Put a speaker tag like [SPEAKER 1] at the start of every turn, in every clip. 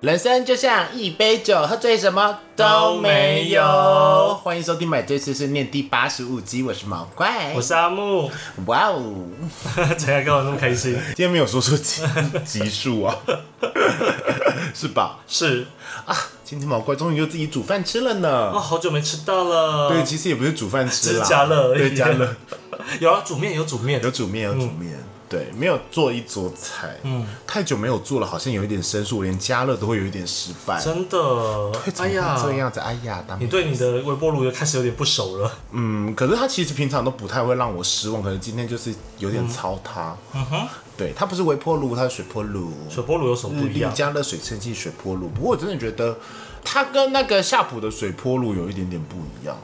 [SPEAKER 1] 人生就像一杯酒，喝醉什么都没有。欢迎收听《买醉碎碎念》第八十五集，我是毛怪，
[SPEAKER 2] 我是阿木，
[SPEAKER 1] 哇哦，
[SPEAKER 2] 怎样跟我那么开心？
[SPEAKER 1] 今天没有说出集集数 啊，是吧？
[SPEAKER 2] 是
[SPEAKER 1] 啊，今天毛怪终于又自己煮饭吃了
[SPEAKER 2] 哦，
[SPEAKER 1] 呢。
[SPEAKER 2] 好久没吃到了。
[SPEAKER 1] 对，，其实也不是煮饭吃
[SPEAKER 2] 只是
[SPEAKER 1] 啦，
[SPEAKER 2] 加热而已。
[SPEAKER 1] 对，加热。
[SPEAKER 2] 有啊，煮面有煮面
[SPEAKER 1] 有。煮面，有煮面。对，没有做一桌菜，嗯，太久没有做了，好像有一点生疏，我连加热都会有一点失败。
[SPEAKER 2] 真的，哎
[SPEAKER 1] 哎呀，
[SPEAKER 2] 呀，
[SPEAKER 1] 这样子，哎呀，当
[SPEAKER 2] 你对你的微波炉又开始有点不熟了。
[SPEAKER 1] 嗯，可是他其实平常都不太会让我失望，可是今天就是有点操他。
[SPEAKER 2] 嗯哼，
[SPEAKER 1] 对，它不是微波炉，它是水波炉，
[SPEAKER 2] 水波炉有什么
[SPEAKER 1] 日
[SPEAKER 2] 不一
[SPEAKER 1] 立
[SPEAKER 2] 样？
[SPEAKER 1] 加热水蒸气水波炉。不过我真的觉得它跟那个夏普的水波炉有一点点不一样。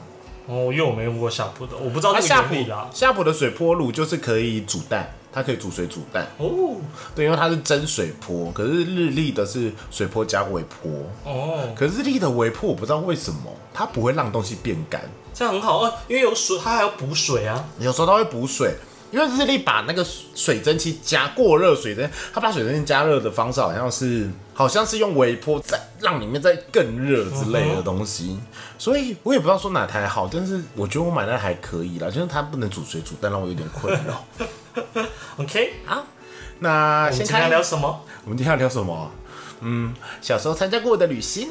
[SPEAKER 2] 哦，因为我没用过夏普的，我不知道
[SPEAKER 1] 它
[SPEAKER 2] 那个
[SPEAKER 1] 夏
[SPEAKER 2] 原
[SPEAKER 1] 普
[SPEAKER 2] 理啊啦。
[SPEAKER 1] 夏普的水波炉就是可以煮蛋，它可以煮水煮蛋。
[SPEAKER 2] 哦
[SPEAKER 1] 对，因为它是蒸水波，可是日立的是水波加微波。
[SPEAKER 2] 哦，
[SPEAKER 1] 可是日立的微波我不知道为什么它不会让东西变干，
[SPEAKER 2] 这样很好哦，因为有水，它还要补水啊。
[SPEAKER 1] 有时候它会补水。因为日立把那个水蒸气加过热水蒸，它把水蒸气加热的方式好像是好像是用微波再让里面再更热之类的东西，所以我也不知道说哪台好，但是我觉得我买那还可以啦，就是它不能煮水煮蛋让我有点困扰。
[SPEAKER 2] OK，
[SPEAKER 1] 好，那
[SPEAKER 2] 我们
[SPEAKER 1] 先
[SPEAKER 2] 今天
[SPEAKER 1] 看
[SPEAKER 2] 要聊什么？
[SPEAKER 1] 我们今天要聊什么？嗯，小时候参加过的旅行，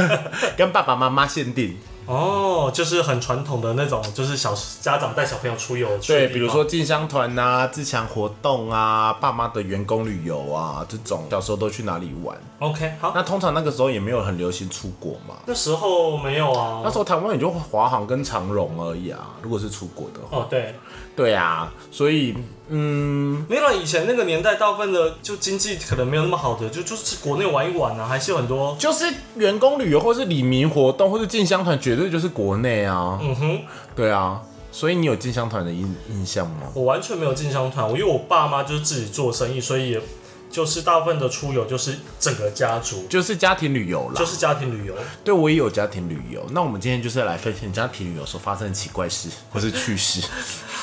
[SPEAKER 1] 跟爸爸妈妈限定。
[SPEAKER 2] 哦，就是很传统的那种，就是小家长带小朋友出游去的地
[SPEAKER 1] 对，
[SPEAKER 2] 方。
[SPEAKER 1] 比如说进香团啊、自强活动啊、爸妈的员工旅游啊这种，小时候都去哪里玩？
[SPEAKER 2] OK，好，
[SPEAKER 1] 那通常那个时候也没有很流行出国嘛，
[SPEAKER 2] 那时候没有
[SPEAKER 1] 那
[SPEAKER 2] 啊。
[SPEAKER 1] 时候台湾也就华航跟长荣而已啊。如果是出国的话，
[SPEAKER 2] 哦，对，
[SPEAKER 1] 对啊，所以嗯，
[SPEAKER 2] 没有啦以前那个年代，大部分的就经济可能没有那么好的，就就是国内玩一玩啊，还是有很多。
[SPEAKER 1] 就是员工旅游或是李明活动或是进香团，绝对就是国内啊。
[SPEAKER 2] 嗯哼，
[SPEAKER 1] 对啊，所以你有进香团的印印象吗？
[SPEAKER 2] 我完全没有进商团，我因为我爸妈就是自己做生意，所以也就是大部分的出游就是整个家族，
[SPEAKER 1] 就是家庭旅游啦。
[SPEAKER 2] 就是家庭旅游。
[SPEAKER 1] 对我也有家庭旅游。那我们今天就是来分享家庭旅游所发生的奇怪事或是趣事。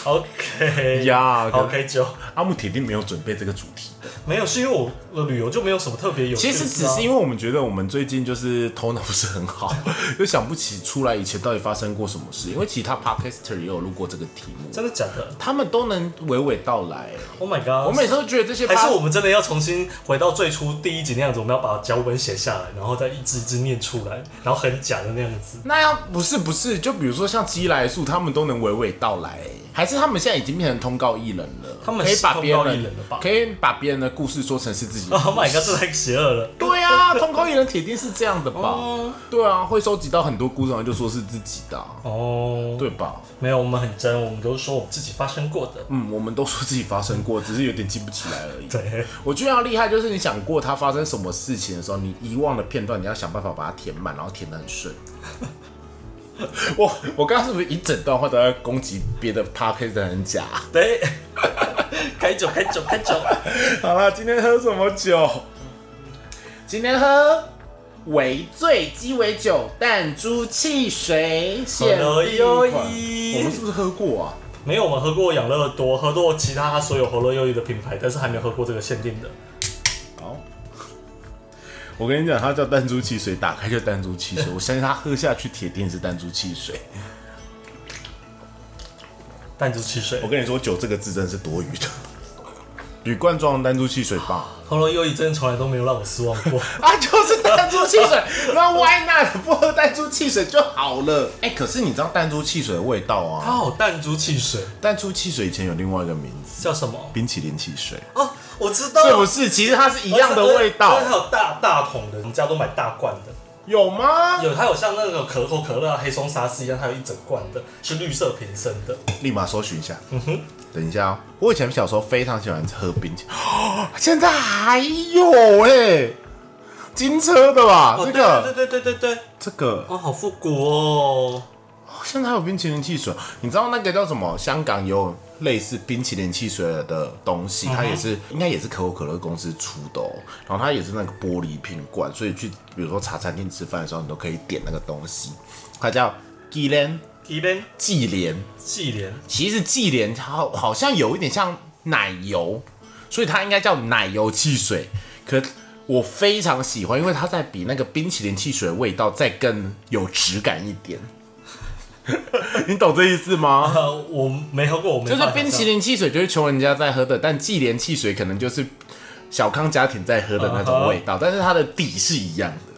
[SPEAKER 2] OK，
[SPEAKER 1] 呀
[SPEAKER 2] 好，OK 九
[SPEAKER 1] 阿木铁定没有准备这个主题的。
[SPEAKER 2] 没有，是因为我的旅游就没有什么特别有
[SPEAKER 1] 其
[SPEAKER 2] 趣的事啊、
[SPEAKER 1] 实只是因为我们觉得我们最近就是头脑不是很好， 又想不起出来以前到底发生过什么事。因为其他 podcaster 也有录过这个题目，
[SPEAKER 2] 真的假的
[SPEAKER 1] 他们都能娓娓道来。
[SPEAKER 2] ？Oh my
[SPEAKER 1] 我
[SPEAKER 2] god！
[SPEAKER 1] 每次都觉得这些
[SPEAKER 2] 还
[SPEAKER 1] pod-
[SPEAKER 2] 是我们真的要重新回到最初第一集那样子，我们要把脚本写下来，然后再一字一字念出来，然后很假的那样子。
[SPEAKER 1] 那要不是不是，就比如说像基来素，他们都能娓娓道来，还是他们现在已经变成通告艺人了？
[SPEAKER 2] 他们
[SPEAKER 1] 可以
[SPEAKER 2] 是
[SPEAKER 1] 把别
[SPEAKER 2] 通告艺
[SPEAKER 1] 人
[SPEAKER 2] 人了吧
[SPEAKER 1] 可以把别人的故事说成是自己的
[SPEAKER 2] Oh my god！这太邪恶了。
[SPEAKER 1] 对啊，通告艺人铁定是这样的吧？对啊，会收集到很多故事，然后就说是自己的啊、
[SPEAKER 2] 哦，
[SPEAKER 1] 对吧？
[SPEAKER 2] 没有，我们很真，我们都说我们自己发生过的。
[SPEAKER 1] 嗯，我们都说自己发生过，只是有点记不起来而已。
[SPEAKER 2] 对，
[SPEAKER 1] 我觉得要厉害就是你想过他发生什么事情的时候，你遗忘的片段，你要想办法把它填满，然后填得很顺。 我我刚刚是不是一整段话都在攻击别的 p a r k e t 的很假？
[SPEAKER 2] 对， 开酒，开酒，开酒。
[SPEAKER 1] 好了，今天喝什么酒？今天喝微醉鸡尾酒弹珠汽水，显
[SPEAKER 2] 乐
[SPEAKER 1] 力
[SPEAKER 2] 优
[SPEAKER 1] 款
[SPEAKER 2] 一
[SPEAKER 1] 我们是不是喝过啊？
[SPEAKER 2] 没有，我们喝过养乐多，喝过其他所有和乐优怡的品牌，但是还没有喝过这个限定的。
[SPEAKER 1] 好，我跟你讲，它叫弹珠汽水，打开就弹珠汽水。我相信它喝下去铁定是弹珠汽水。
[SPEAKER 2] 弹珠汽水
[SPEAKER 1] 我，跟你说，酒这个字真的是多余的，铝罐装的弹珠汽水棒
[SPEAKER 2] 和乐优怡真的从来都没有让我失望过。
[SPEAKER 1] 啊，就是弹珠汽水。 那 why not 不喝弹珠汽水就好了？哎、可是你知道弹珠汽水的味道
[SPEAKER 2] 它
[SPEAKER 1] 啊？
[SPEAKER 2] 好，哦弹珠汽水
[SPEAKER 1] 弹珠汽水以前有另外一个名字，
[SPEAKER 2] 叫什么？
[SPEAKER 1] 冰淇淋汽水，
[SPEAKER 2] 哦，我知道，
[SPEAKER 1] 是不是？其实它 是一样的味
[SPEAKER 2] 而且它
[SPEAKER 1] 道，
[SPEAKER 2] 有大大桶的，我们家都买大罐的。
[SPEAKER 1] 有吗？
[SPEAKER 2] 有，它有像那个可口可乐、啊、黑松沙士一样，它有一整罐的，是绿色瓶身的。
[SPEAKER 1] 立马搜寻一下。
[SPEAKER 2] 嗯哼。
[SPEAKER 1] 等一下哦，我以前小时候非常喜欢喝冰淇淋， 现在还有哎、金车的吧？
[SPEAKER 2] 哦，
[SPEAKER 1] 这
[SPEAKER 2] 对
[SPEAKER 1] 个、
[SPEAKER 2] 对对对对对对，
[SPEAKER 1] 这个、
[SPEAKER 2] 哦，好复古哦。
[SPEAKER 1] 现在还有冰淇淋汽水，你知道那个叫什么？香港有类似冰淇淋汽水的东
[SPEAKER 2] 嗯
[SPEAKER 1] 西，它也是应该也是可口可乐公司出的哦，然后它也是那个玻璃瓶罐，所以去比如说茶餐厅吃饭的时候，你都可以点那个东西，它叫纪莲
[SPEAKER 2] 一边
[SPEAKER 1] 纪莲。
[SPEAKER 2] 纪莲，
[SPEAKER 1] 其实忌廉它好像有一点像奶油，所以它应该叫奶油汽水。可我非常喜欢，因为它在比那个冰淇淋汽水的味道再更有质感一点。 你懂这意思 吗？
[SPEAKER 2] 呃，我没喝过，我没
[SPEAKER 1] 就是
[SPEAKER 2] 办法
[SPEAKER 1] 冰淇
[SPEAKER 2] 讲
[SPEAKER 1] 淋汽水就是穷人家在喝的，但纪莲汽水可能就是小康家庭在喝的那种味道，但是它的底是一样的。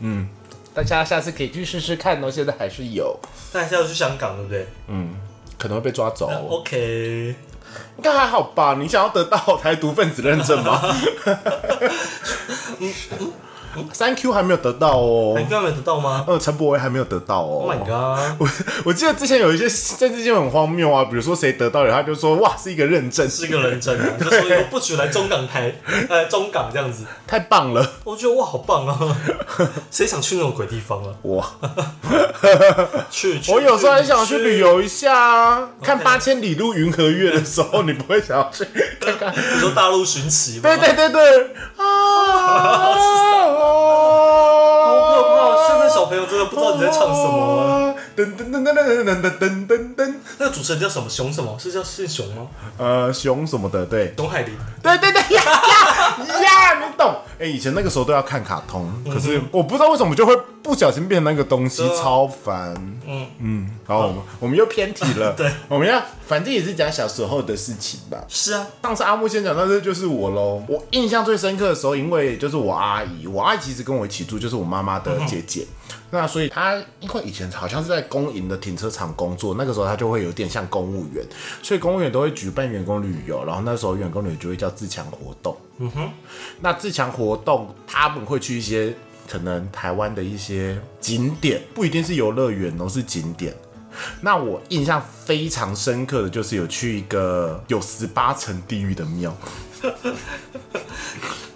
[SPEAKER 1] 嗯，大家下次可以去试试看哦，现在还是有，
[SPEAKER 2] 但是要去香港，对不对、
[SPEAKER 1] 可能会被抓走哦、
[SPEAKER 2] o k
[SPEAKER 1] 应该还好吧？你想要得到台独分子认证 吗？三 Q 还没有得到哦
[SPEAKER 2] 你，根本没得到吗
[SPEAKER 1] 呃，陈柏维还没有得到哦。
[SPEAKER 2] ？Oh my god！
[SPEAKER 1] 我 我记得之前有一些政治新闻很荒谬啊，比如说谁得到了，他就说哇是一个认证，
[SPEAKER 2] 是一个人真啊， 就说以后不许来中港台， 呃，中港这样子，
[SPEAKER 1] 太棒了
[SPEAKER 2] 我觉得哇，好棒啊！ 谁想去那种鬼地方啊？
[SPEAKER 1] 哇！
[SPEAKER 2] 去，去
[SPEAKER 1] 我有时候还想去旅，游一下
[SPEAKER 2] 哦
[SPEAKER 1] 啊，看八千里路云和月的时候，你不会想要去看看？
[SPEAKER 2] 去你说大陆寻奇 吗？
[SPEAKER 1] 对对对对 啊！好
[SPEAKER 2] 好可哦怕！现在小朋友真的不知道你在唱什
[SPEAKER 1] 哦
[SPEAKER 2] 么啊。
[SPEAKER 1] 噔噔噔噔噔噔噔噔噔噔，
[SPEAKER 2] 那个主持人叫什么熊什么？是叫是熊吗？
[SPEAKER 1] 呃，熊什么的，对，
[SPEAKER 2] 熊海林。
[SPEAKER 1] 对对对呀呀呀，你懂？哎、以前那个时候都要看卡通，可是我不知道为什么就会不小心变成那个东西，
[SPEAKER 2] 对啊
[SPEAKER 1] 超烦。嗯嗯，然后我们我们又偏题了，
[SPEAKER 2] 对，
[SPEAKER 1] 我们要反正也是讲小时候的事情吧。
[SPEAKER 2] 是啊，
[SPEAKER 1] 上次阿木先讲，到这就是我喽。我印象最深刻的时候，因为就是我阿姨，我阿姨其实跟我一起住，就是我妈妈的姐姐。那所以她因为以前好像是在公营的停车场工作，那个时候她就会有点像公务员，所以公务员都会举办员工旅游，然后那时候员工旅游就会叫自强活动。嗯哼，那自强活动他们会去一些可能台湾的一些景点，不一定是游乐园哦，是景点。那我印象非常深刻的就是有去一个有十八层地狱的庙，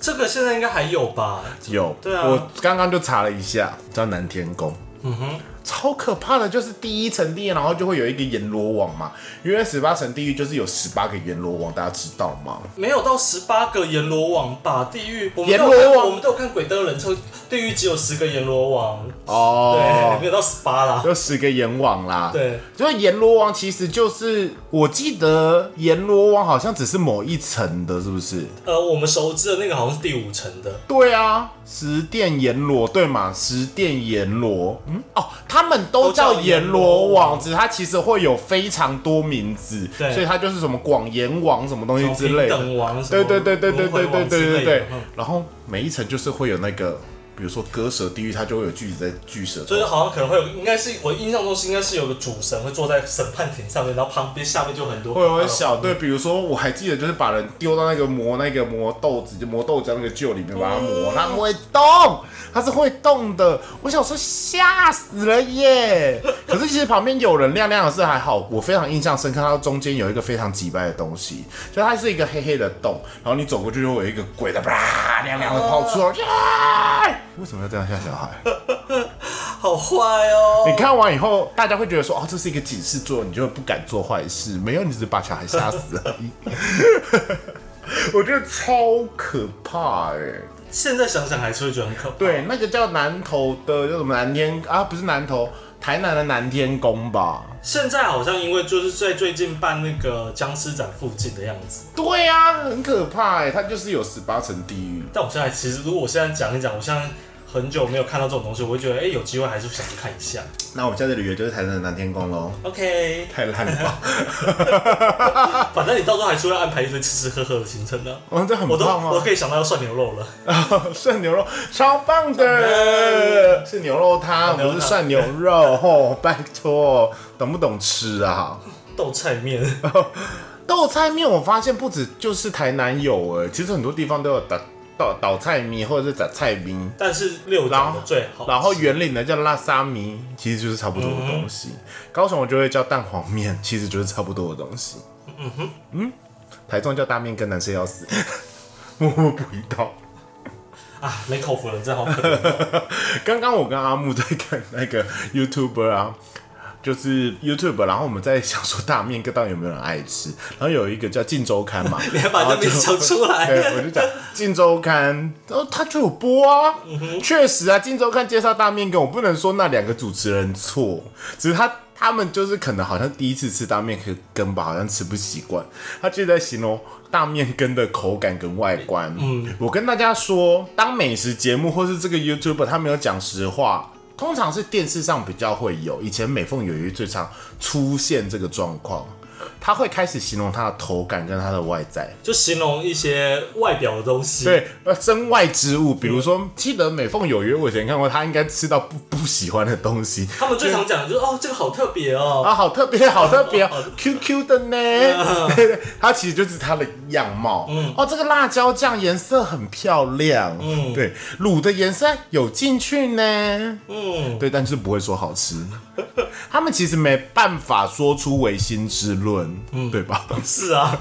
[SPEAKER 2] 这个现在应该还有吧？
[SPEAKER 1] 有，
[SPEAKER 2] 对啊
[SPEAKER 1] 我刚刚就查了一下，叫南天宫，嗯哼，超可怕的，就是第一层地狱，然后就会有一个阎罗王嘛，因为十八层地狱就是有十八个阎罗王，大家知道吗？
[SPEAKER 2] 没有到十八个阎罗王吧？地狱，我们
[SPEAKER 1] 阎
[SPEAKER 2] 都
[SPEAKER 1] 罗
[SPEAKER 2] 有
[SPEAKER 1] 王
[SPEAKER 2] 看我们都有看《鬼灯人》，就地狱只有十个阎罗王，对，
[SPEAKER 1] 哦
[SPEAKER 2] 没，有到十八啦。
[SPEAKER 1] 有十个阎王啦，
[SPEAKER 2] 对，
[SPEAKER 1] 就是阎罗王，其实就是我记得阎罗王好像只是某一层的，是不是？
[SPEAKER 2] 呃，我们熟知的那个好像是第五层的，
[SPEAKER 1] 对啊，十殿阎罗对嘛？十殿阎罗，嗯，哦，他们都叫阎罗王子，它其实会有非常多名字，
[SPEAKER 2] 对
[SPEAKER 1] 所以它就是什么广阎王什么东西之类的，
[SPEAKER 2] 平等王什
[SPEAKER 1] 对
[SPEAKER 2] 么
[SPEAKER 1] 对对对对
[SPEAKER 2] 轮回
[SPEAKER 1] 对对
[SPEAKER 2] 王之
[SPEAKER 1] 对对
[SPEAKER 2] 类
[SPEAKER 1] 对
[SPEAKER 2] 的嗯。
[SPEAKER 1] 然后每一层就是会有那个，比如说割舌地狱，它就会有锯子在锯舌头
[SPEAKER 2] 所以好像可能会有，应该是我印象中是应该是有个主神会坐在审判庭上面，然后旁边下面就很多
[SPEAKER 1] 会有很小对，比如说我还记得就是把人丢到那个磨那个磨豆子就磨豆浆那个臼里面把它磨，它不会动，它是会动的。我想说吓死了耶！可是其实旁边有人亮亮的是还好，我非常印象深刻，它中间有一个非常挤掰的东西，就它是一个黑黑的洞，然后你走过去就会有一个鬼的啪亮亮的跑出来，耶！为什么要这样吓小孩？
[SPEAKER 2] 好坏哦。
[SPEAKER 1] 你看完以后，大家会觉得说，哦，这是一个警示作用，你就不敢做坏事。没有，你只是把小孩吓死而 已。我觉得超可怕哎、
[SPEAKER 2] 现在想想还是会觉得很可怕。
[SPEAKER 1] 对，那个叫南头的叫什么南天啊？不是南头，台南的南天宫吧？
[SPEAKER 2] 现在好像因为就是在最近办那个僵尸展附近的样子，
[SPEAKER 1] 对啊，很可怕哎、它就是有十八层地狱。
[SPEAKER 2] 但我现在其实如果我现在讲一讲，我现在很久没有看到这种东西，我会觉得哎、有机会还是想去看一下。
[SPEAKER 1] 那我们下次旅游就是台南的南天宫喽。
[SPEAKER 2] OK，
[SPEAKER 1] 太烂了吧！
[SPEAKER 2] 反正你到时候还是会安排一堆吃吃喝喝的行程的、
[SPEAKER 1] 我们这很
[SPEAKER 2] 我都
[SPEAKER 1] 棒
[SPEAKER 2] 我
[SPEAKER 1] 啊
[SPEAKER 2] 可以想到要涮牛肉了，
[SPEAKER 1] 涮牛肉超棒的，是牛肉汤，
[SPEAKER 2] 牛肉
[SPEAKER 1] 不是
[SPEAKER 2] 汤
[SPEAKER 1] 涮牛肉。吼，拜托，懂不懂吃啊？
[SPEAKER 2] 豆菜面，
[SPEAKER 1] 豆菜面我发现不止就是台南有哎，其实很多地方都有打倒倒菜米或者是打菜米，
[SPEAKER 2] 但是六角的最好吃。
[SPEAKER 1] 然后圆岭的叫拉沙米，其实就是差不多的东西。高雄我就会叫蛋黄面，其实就是差不多的东西。嗯哼，嗯，台中叫大面跟男生要死， 默默不一道。
[SPEAKER 2] 啊，没口福了，真好可怜。
[SPEAKER 1] 刚刚我跟阿木在看那个 YouTuber 啊，就是 YouTube，然后我们在想说大面到底有没有人爱吃，然后有一个叫《晋周刊》嘛，
[SPEAKER 2] 你还把这名字讲出
[SPEAKER 1] 对，
[SPEAKER 2] 来，
[SPEAKER 1] 我就讲《晋周刊》，然后他就有播啊，确、实啊，《晋周刊》介绍大面跟我不能说那两个主持人错，只是他他们就是可能好像第一次吃大面羹吧，好像吃不习惯。他就在形容大面羹的口感跟外观。嗯，我跟大家说，当美食节目或是这个 YouTuber 他没有讲实话，通常是电视上比较会有。以前美凤有鱼最常出现这个状况，他会开始形容它的口感跟它的外在。
[SPEAKER 2] 就形容一些外表的东西。，
[SPEAKER 1] 对，呃，身外之物，比如说，记得美凤有约，我以前看过，她应该吃到不不喜欢的东西，
[SPEAKER 2] 他们最常讲的就是哦，这个好特别哦，
[SPEAKER 1] 啊，好特别，好特别、哦、，QQ 的 呢。它其实就是它的样貌。哦，这个辣椒酱颜色很漂亮。嗯，对，卤的颜色有进去呢。
[SPEAKER 2] 嗯，
[SPEAKER 1] 对，但是不会说好吃。他们其实没办法说出唯心之论，对吧？
[SPEAKER 2] 是啊，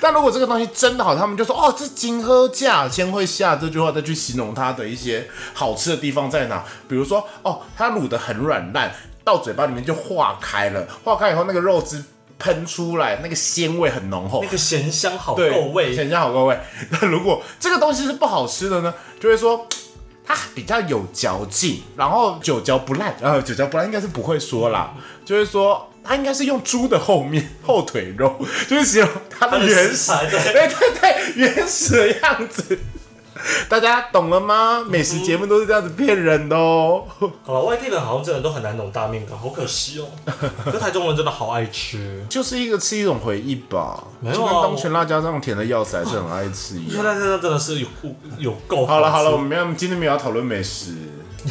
[SPEAKER 1] 但如果这个东西真的好，他们就说哦，这金喝价先会下这句话，再去形容它的一些好吃的地方在哪。比如说哦，它卤的很软烂，到嘴巴里面就化开了，化开以后那个肉汁喷出来，那个鲜味很浓厚
[SPEAKER 2] 那，个咸香好
[SPEAKER 1] 对，
[SPEAKER 2] 够味，
[SPEAKER 1] 选项好各位。那如果这个东西是不好吃的呢，就会说。它比较有嚼劲，然后酒嚼不烂，呃，酒嚼不烂应该是不会说啦，就是说它应该是用猪的后面后腿肉，就是形容它
[SPEAKER 2] 它
[SPEAKER 1] 的
[SPEAKER 2] 的
[SPEAKER 1] 原
[SPEAKER 2] 食
[SPEAKER 1] 始
[SPEAKER 2] 材 对，
[SPEAKER 1] 对对对，原始的样子。 大家懂了吗？美食节目都是这样子骗人的哦。
[SPEAKER 2] 好了，外地人好像真的都很难懂大面羹，好可惜 哦。可台中人真的好爱吃，
[SPEAKER 1] 就是一个吃一种回忆吧，
[SPEAKER 2] 没有啊
[SPEAKER 1] 就跟
[SPEAKER 2] 我
[SPEAKER 1] 东泉辣椒这种甜的要死还是很爱吃一
[SPEAKER 2] 现
[SPEAKER 1] 样。
[SPEAKER 2] 在真的真的是有有够
[SPEAKER 1] 好了好了，我
[SPEAKER 2] 吃，
[SPEAKER 1] 们没有，我们今天没有要讨论美食，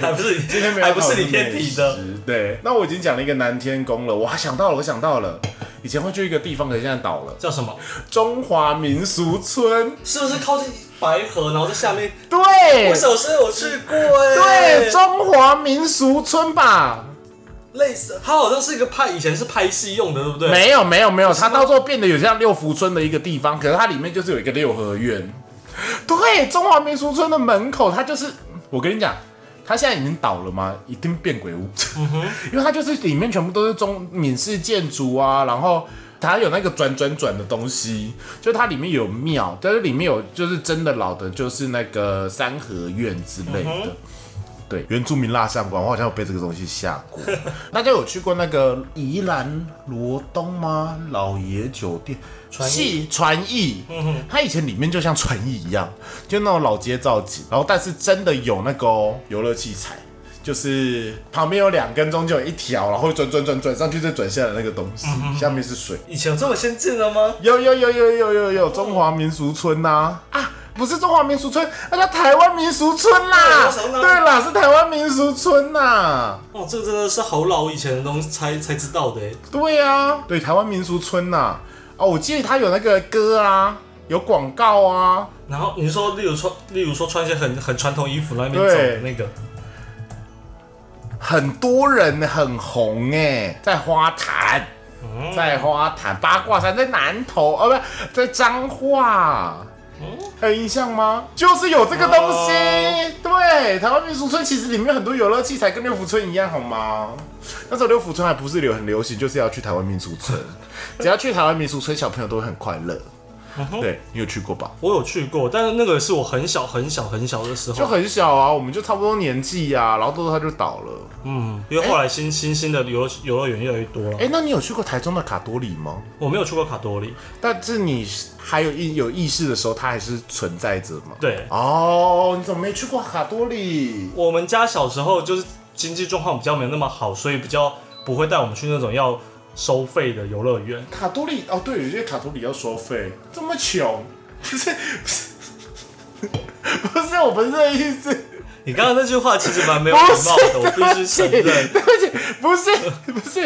[SPEAKER 2] 还不是你
[SPEAKER 1] 今天没有
[SPEAKER 2] 还
[SPEAKER 1] 要
[SPEAKER 2] 不
[SPEAKER 1] 讨论
[SPEAKER 2] 是你偏
[SPEAKER 1] 美
[SPEAKER 2] 题
[SPEAKER 1] 食
[SPEAKER 2] 的，。
[SPEAKER 1] 对，那我已经讲了一个南天宫了，我还想到了，我想到了，以前会去一个地方，可是现在倒了，
[SPEAKER 2] 叫什么？
[SPEAKER 1] 中华民俗村。
[SPEAKER 2] 是不是靠近白河，然后在下面？
[SPEAKER 1] 对
[SPEAKER 2] 我小时候有去过哎、
[SPEAKER 1] 对，中华民俗村吧。
[SPEAKER 2] 类似，它好像是一个拍，以前是拍戏用的，对不对？
[SPEAKER 1] 没有没有没有，它到最后变得有像六福村的一个地方，可是它里面就是有一个六合院。对，中华民俗村的门口，它就是我跟你讲，它现在已经倒了嘛，一定变鬼屋，
[SPEAKER 2] 嗯
[SPEAKER 1] 因为它就是里面全部都是中闽式建筑啊，然后。它有那个转转转的东西，就它里面有庙，但是里面有就是真的老的，就是那个三合院之类
[SPEAKER 2] 嗯
[SPEAKER 1] 的。对，原住民蜡像馆，我好像有被这个东西吓 过。大家有去过那个宜兰罗东吗？老爷酒店，
[SPEAKER 2] 传艺
[SPEAKER 1] 系传嗯艺，它以前里面就像传艺一样，就那种老街造景，然后但是真的有那个哦游乐器材。就是旁边有两根，中间有一条，然后转转转转上去再转下来那个东西，下面是水。
[SPEAKER 2] 以前有这么先进的吗？
[SPEAKER 1] 有有有有有有有中华民俗村呐啊不是中华民俗村，那叫台湾民俗村
[SPEAKER 2] 对
[SPEAKER 1] 啦
[SPEAKER 2] 我。想到
[SPEAKER 1] 对啦，是台湾民俗村呐。
[SPEAKER 2] 哦，这个真的是好老以前的东西才才知道的耶，哎
[SPEAKER 1] 对啊，对台湾民俗村呐、啊。哦，我记得它有那个歌啊，有广告啊。
[SPEAKER 2] 然后你说，例如穿，例如说穿一些很很传统衣服，然后那边走的那个，
[SPEAKER 1] 很多人很红哎、在花坛，在花坛八卦山，在南投哦，不在彰化，还有印象吗？就是有这个东西，
[SPEAKER 2] 哦
[SPEAKER 1] 对，台湾民俗村其实里面很多游乐器材跟六福村一样，好吗？那时候六福村还不是流很流行，就是要去台湾民俗村，只要去台湾民俗村，小朋友都会很快乐。对你有去过吧？
[SPEAKER 2] 我有去过，但是那个是我很小很小很小的时
[SPEAKER 1] 就
[SPEAKER 2] 候，
[SPEAKER 1] 很小啊，我们就差不多年纪呀、啊，然后到时候它就倒了。
[SPEAKER 2] 嗯，因为后来新新兴的游乐游乐园越来越多了。
[SPEAKER 1] 哎、那你有去过台中的卡多里吗？
[SPEAKER 2] 我没有去过卡多里，
[SPEAKER 1] 但是你还有意有意识的时候，它还是存在着嘛？。
[SPEAKER 2] 对
[SPEAKER 1] 哦，你怎么没去过卡多里？
[SPEAKER 2] 我们家小时候就是经济状况比较没有那么好，所以比较不会带我们去那种要收费的游乐园。
[SPEAKER 1] 卡多里哦，对，有些卡多里要收费，这么穷？不是不是不是，我不是这个意思，
[SPEAKER 2] 你刚刚那句话其实蛮没有礼貌的， 我必须承认。
[SPEAKER 1] 对不起，不是不是，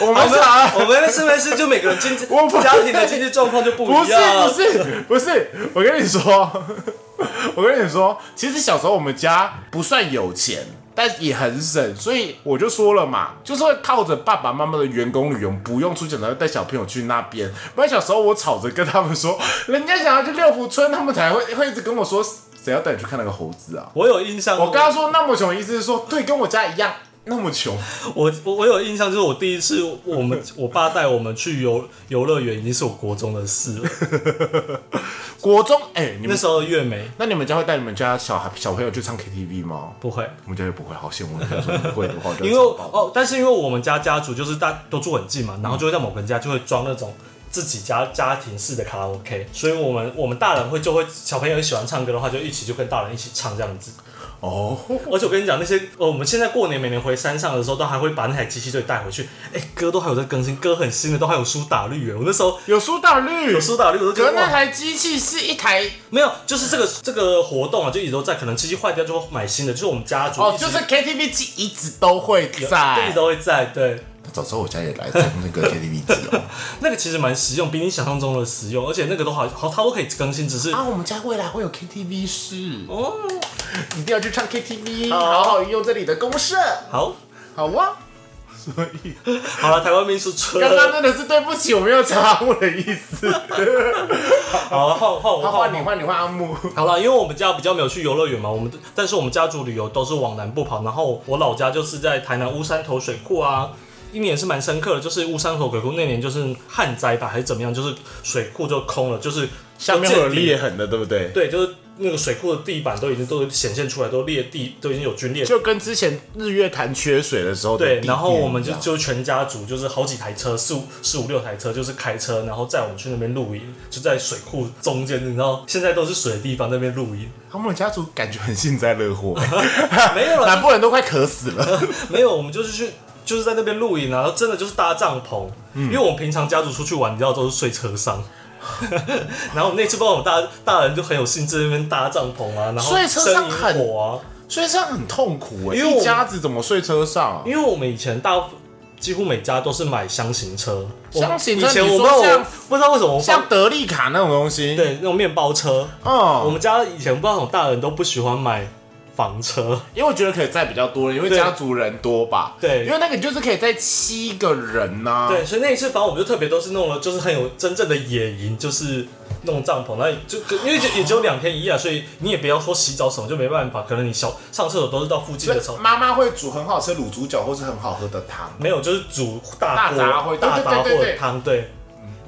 [SPEAKER 1] 我
[SPEAKER 2] 我
[SPEAKER 1] 们
[SPEAKER 2] 们
[SPEAKER 1] 啥？
[SPEAKER 2] 我们是不是就每个人经济
[SPEAKER 1] 我不
[SPEAKER 2] 家庭的经济状况就不
[SPEAKER 1] 不
[SPEAKER 2] 一
[SPEAKER 1] 是
[SPEAKER 2] 样？
[SPEAKER 1] 不是不是，我跟你说， 我跟你说，其实小时候我们家不算有钱，但也很省，所以我就说了嘛，就是会靠着爸爸妈妈的员工旅游，不用出钱，然后带小朋友去那边。不然小时候我吵着跟他们说，人家想要去六福村，他们才会会一直跟我说，谁要带你去看那个猴子啊？
[SPEAKER 2] 我有印象，
[SPEAKER 1] 我刚刚说那么穷，意思是说，对，跟我家一样。那么穷，
[SPEAKER 2] 我我我有印象，就是我第一次我们我爸带我们去游游乐园，已经是我国中的事了。
[SPEAKER 1] 国中哎、你
[SPEAKER 2] 那
[SPEAKER 1] 们
[SPEAKER 2] 时候月美
[SPEAKER 1] 那你们家会带你们家小孩小朋友去唱 KTV 吗？
[SPEAKER 2] 不会，
[SPEAKER 1] 我们家也不会，好羡慕你们家不会的话，我就
[SPEAKER 2] 因为
[SPEAKER 1] 会惨爆
[SPEAKER 2] 哦，但是因为我们家家族就是大都住很近嘛，然后就会在某个人家就会装那种自己家家庭式的卡拉 OK，所以我们我们大人会就会小朋友喜欢唱歌的话，就一起就跟大人一起唱这样子。
[SPEAKER 1] 哦，
[SPEAKER 2] 而且我跟你讲，那些呃，我们现在过年每年回山上的时候，都还会把那台机器队带回去。哎、歌都还有在更新，歌很新的，都还有苏打绿耶。我那时候
[SPEAKER 1] 有苏打绿，
[SPEAKER 2] 有苏打绿，我都觉
[SPEAKER 1] 可
[SPEAKER 2] 得
[SPEAKER 1] 是那
[SPEAKER 2] 哇，
[SPEAKER 1] 台机器是一台
[SPEAKER 2] 没有，就是这个这个活动啊，就一直都在。可能机器坏掉就会买新的，就是我们家族
[SPEAKER 1] 哦，
[SPEAKER 2] 一直
[SPEAKER 1] 就是 KTV 机一直都会
[SPEAKER 2] 对一直
[SPEAKER 1] 在。
[SPEAKER 2] 都会在。对，
[SPEAKER 1] 早知道我家也来装那个 KTV 机 哦。
[SPEAKER 2] 那个其实蛮实用，比你想象中的实用，而且那个都好好，它都可以更新，只是
[SPEAKER 1] 啊，我们家未来会有 KTV 室，
[SPEAKER 2] 哦，
[SPEAKER 1] 一定要去唱 KTV，
[SPEAKER 2] 好
[SPEAKER 1] 好好运用这里的公社，
[SPEAKER 2] 好
[SPEAKER 1] 好哇。
[SPEAKER 2] 好了，台湾民俗车，
[SPEAKER 1] 刚刚真的是对不起，我没有查阿木的意 思。
[SPEAKER 2] 好换换我
[SPEAKER 1] 好，换你，
[SPEAKER 2] 我
[SPEAKER 1] 换你，换阿木。
[SPEAKER 2] 好了，因为我们家比较没有去游乐园嘛，我们但是我们家族旅游都是往南部跑，然后我老家就是在台南乌山头水库啊。一年是蛮深刻的，就是乌山头水库那年就是旱灾吧，还是怎么样，就是水库就空了，就是
[SPEAKER 1] 下面会有
[SPEAKER 2] 见底
[SPEAKER 1] 裂痕的，对不对？
[SPEAKER 2] 对，就是那个水库的地板都已经都显现出来，都裂地都已经有龟裂。
[SPEAKER 1] 就跟之前日月潭缺水的时候的
[SPEAKER 2] 对，
[SPEAKER 1] 地面一样，
[SPEAKER 2] 然后我们就就全家族就是好几台车，四五四五六台车，就是开车，然后载我们去那边露营，就在水库中间，你知道现在都是水的地方那边露营。
[SPEAKER 1] 阿木的家族感觉很幸灾乐 祸，
[SPEAKER 2] 没有
[SPEAKER 1] 南
[SPEAKER 2] 啦，
[SPEAKER 1] 部人都快渴死了。
[SPEAKER 2] 没有，我们就是去就是在那边露营啊，然后真的就是搭帐篷，
[SPEAKER 1] 嗯
[SPEAKER 2] 因为我们平常家族出去玩，你知道都是睡车上。 然后我们那次帮我们大大人就很有兴致在那边搭帐篷啊，然后
[SPEAKER 1] 睡车上
[SPEAKER 2] 生
[SPEAKER 1] 很
[SPEAKER 2] 萤火啊，
[SPEAKER 1] 所以这样很痛苦哎、
[SPEAKER 2] 因为我
[SPEAKER 1] 一家子怎么睡车上、啊？
[SPEAKER 2] 因为我们以前大部分几乎每家都是买箱型车，我们
[SPEAKER 1] 箱型车
[SPEAKER 2] 以前我
[SPEAKER 1] 你
[SPEAKER 2] 们
[SPEAKER 1] 说像
[SPEAKER 2] 我不知道为什么我放
[SPEAKER 1] 像德利卡那种东西，，
[SPEAKER 2] 对那种面包车，我
[SPEAKER 1] 嗯，
[SPEAKER 2] 们家以前不知道为什么大人都不喜欢买房车，
[SPEAKER 1] 因为我觉得可以载比较多人，因为
[SPEAKER 2] 对
[SPEAKER 1] 家族人多吧，
[SPEAKER 2] 对
[SPEAKER 1] 因为那个就是可以载七个人呐、
[SPEAKER 2] 对，所以那一次反正我们就特别都是弄了，就是很有真正的野营，就是弄帐篷，那就因为就也只有两天一夜，所以你也不要说洗澡什么，就没办法，可能你小上厕所都是到附近
[SPEAKER 1] 所
[SPEAKER 2] 的时候
[SPEAKER 1] 以，妈妈会煮很好吃的卤猪脚或是很好喝的汤，
[SPEAKER 2] 没有，就是煮大锅
[SPEAKER 1] 大杂烩
[SPEAKER 2] 大
[SPEAKER 1] 对对对
[SPEAKER 2] 杂
[SPEAKER 1] 对
[SPEAKER 2] 烩
[SPEAKER 1] 对
[SPEAKER 2] 汤，对。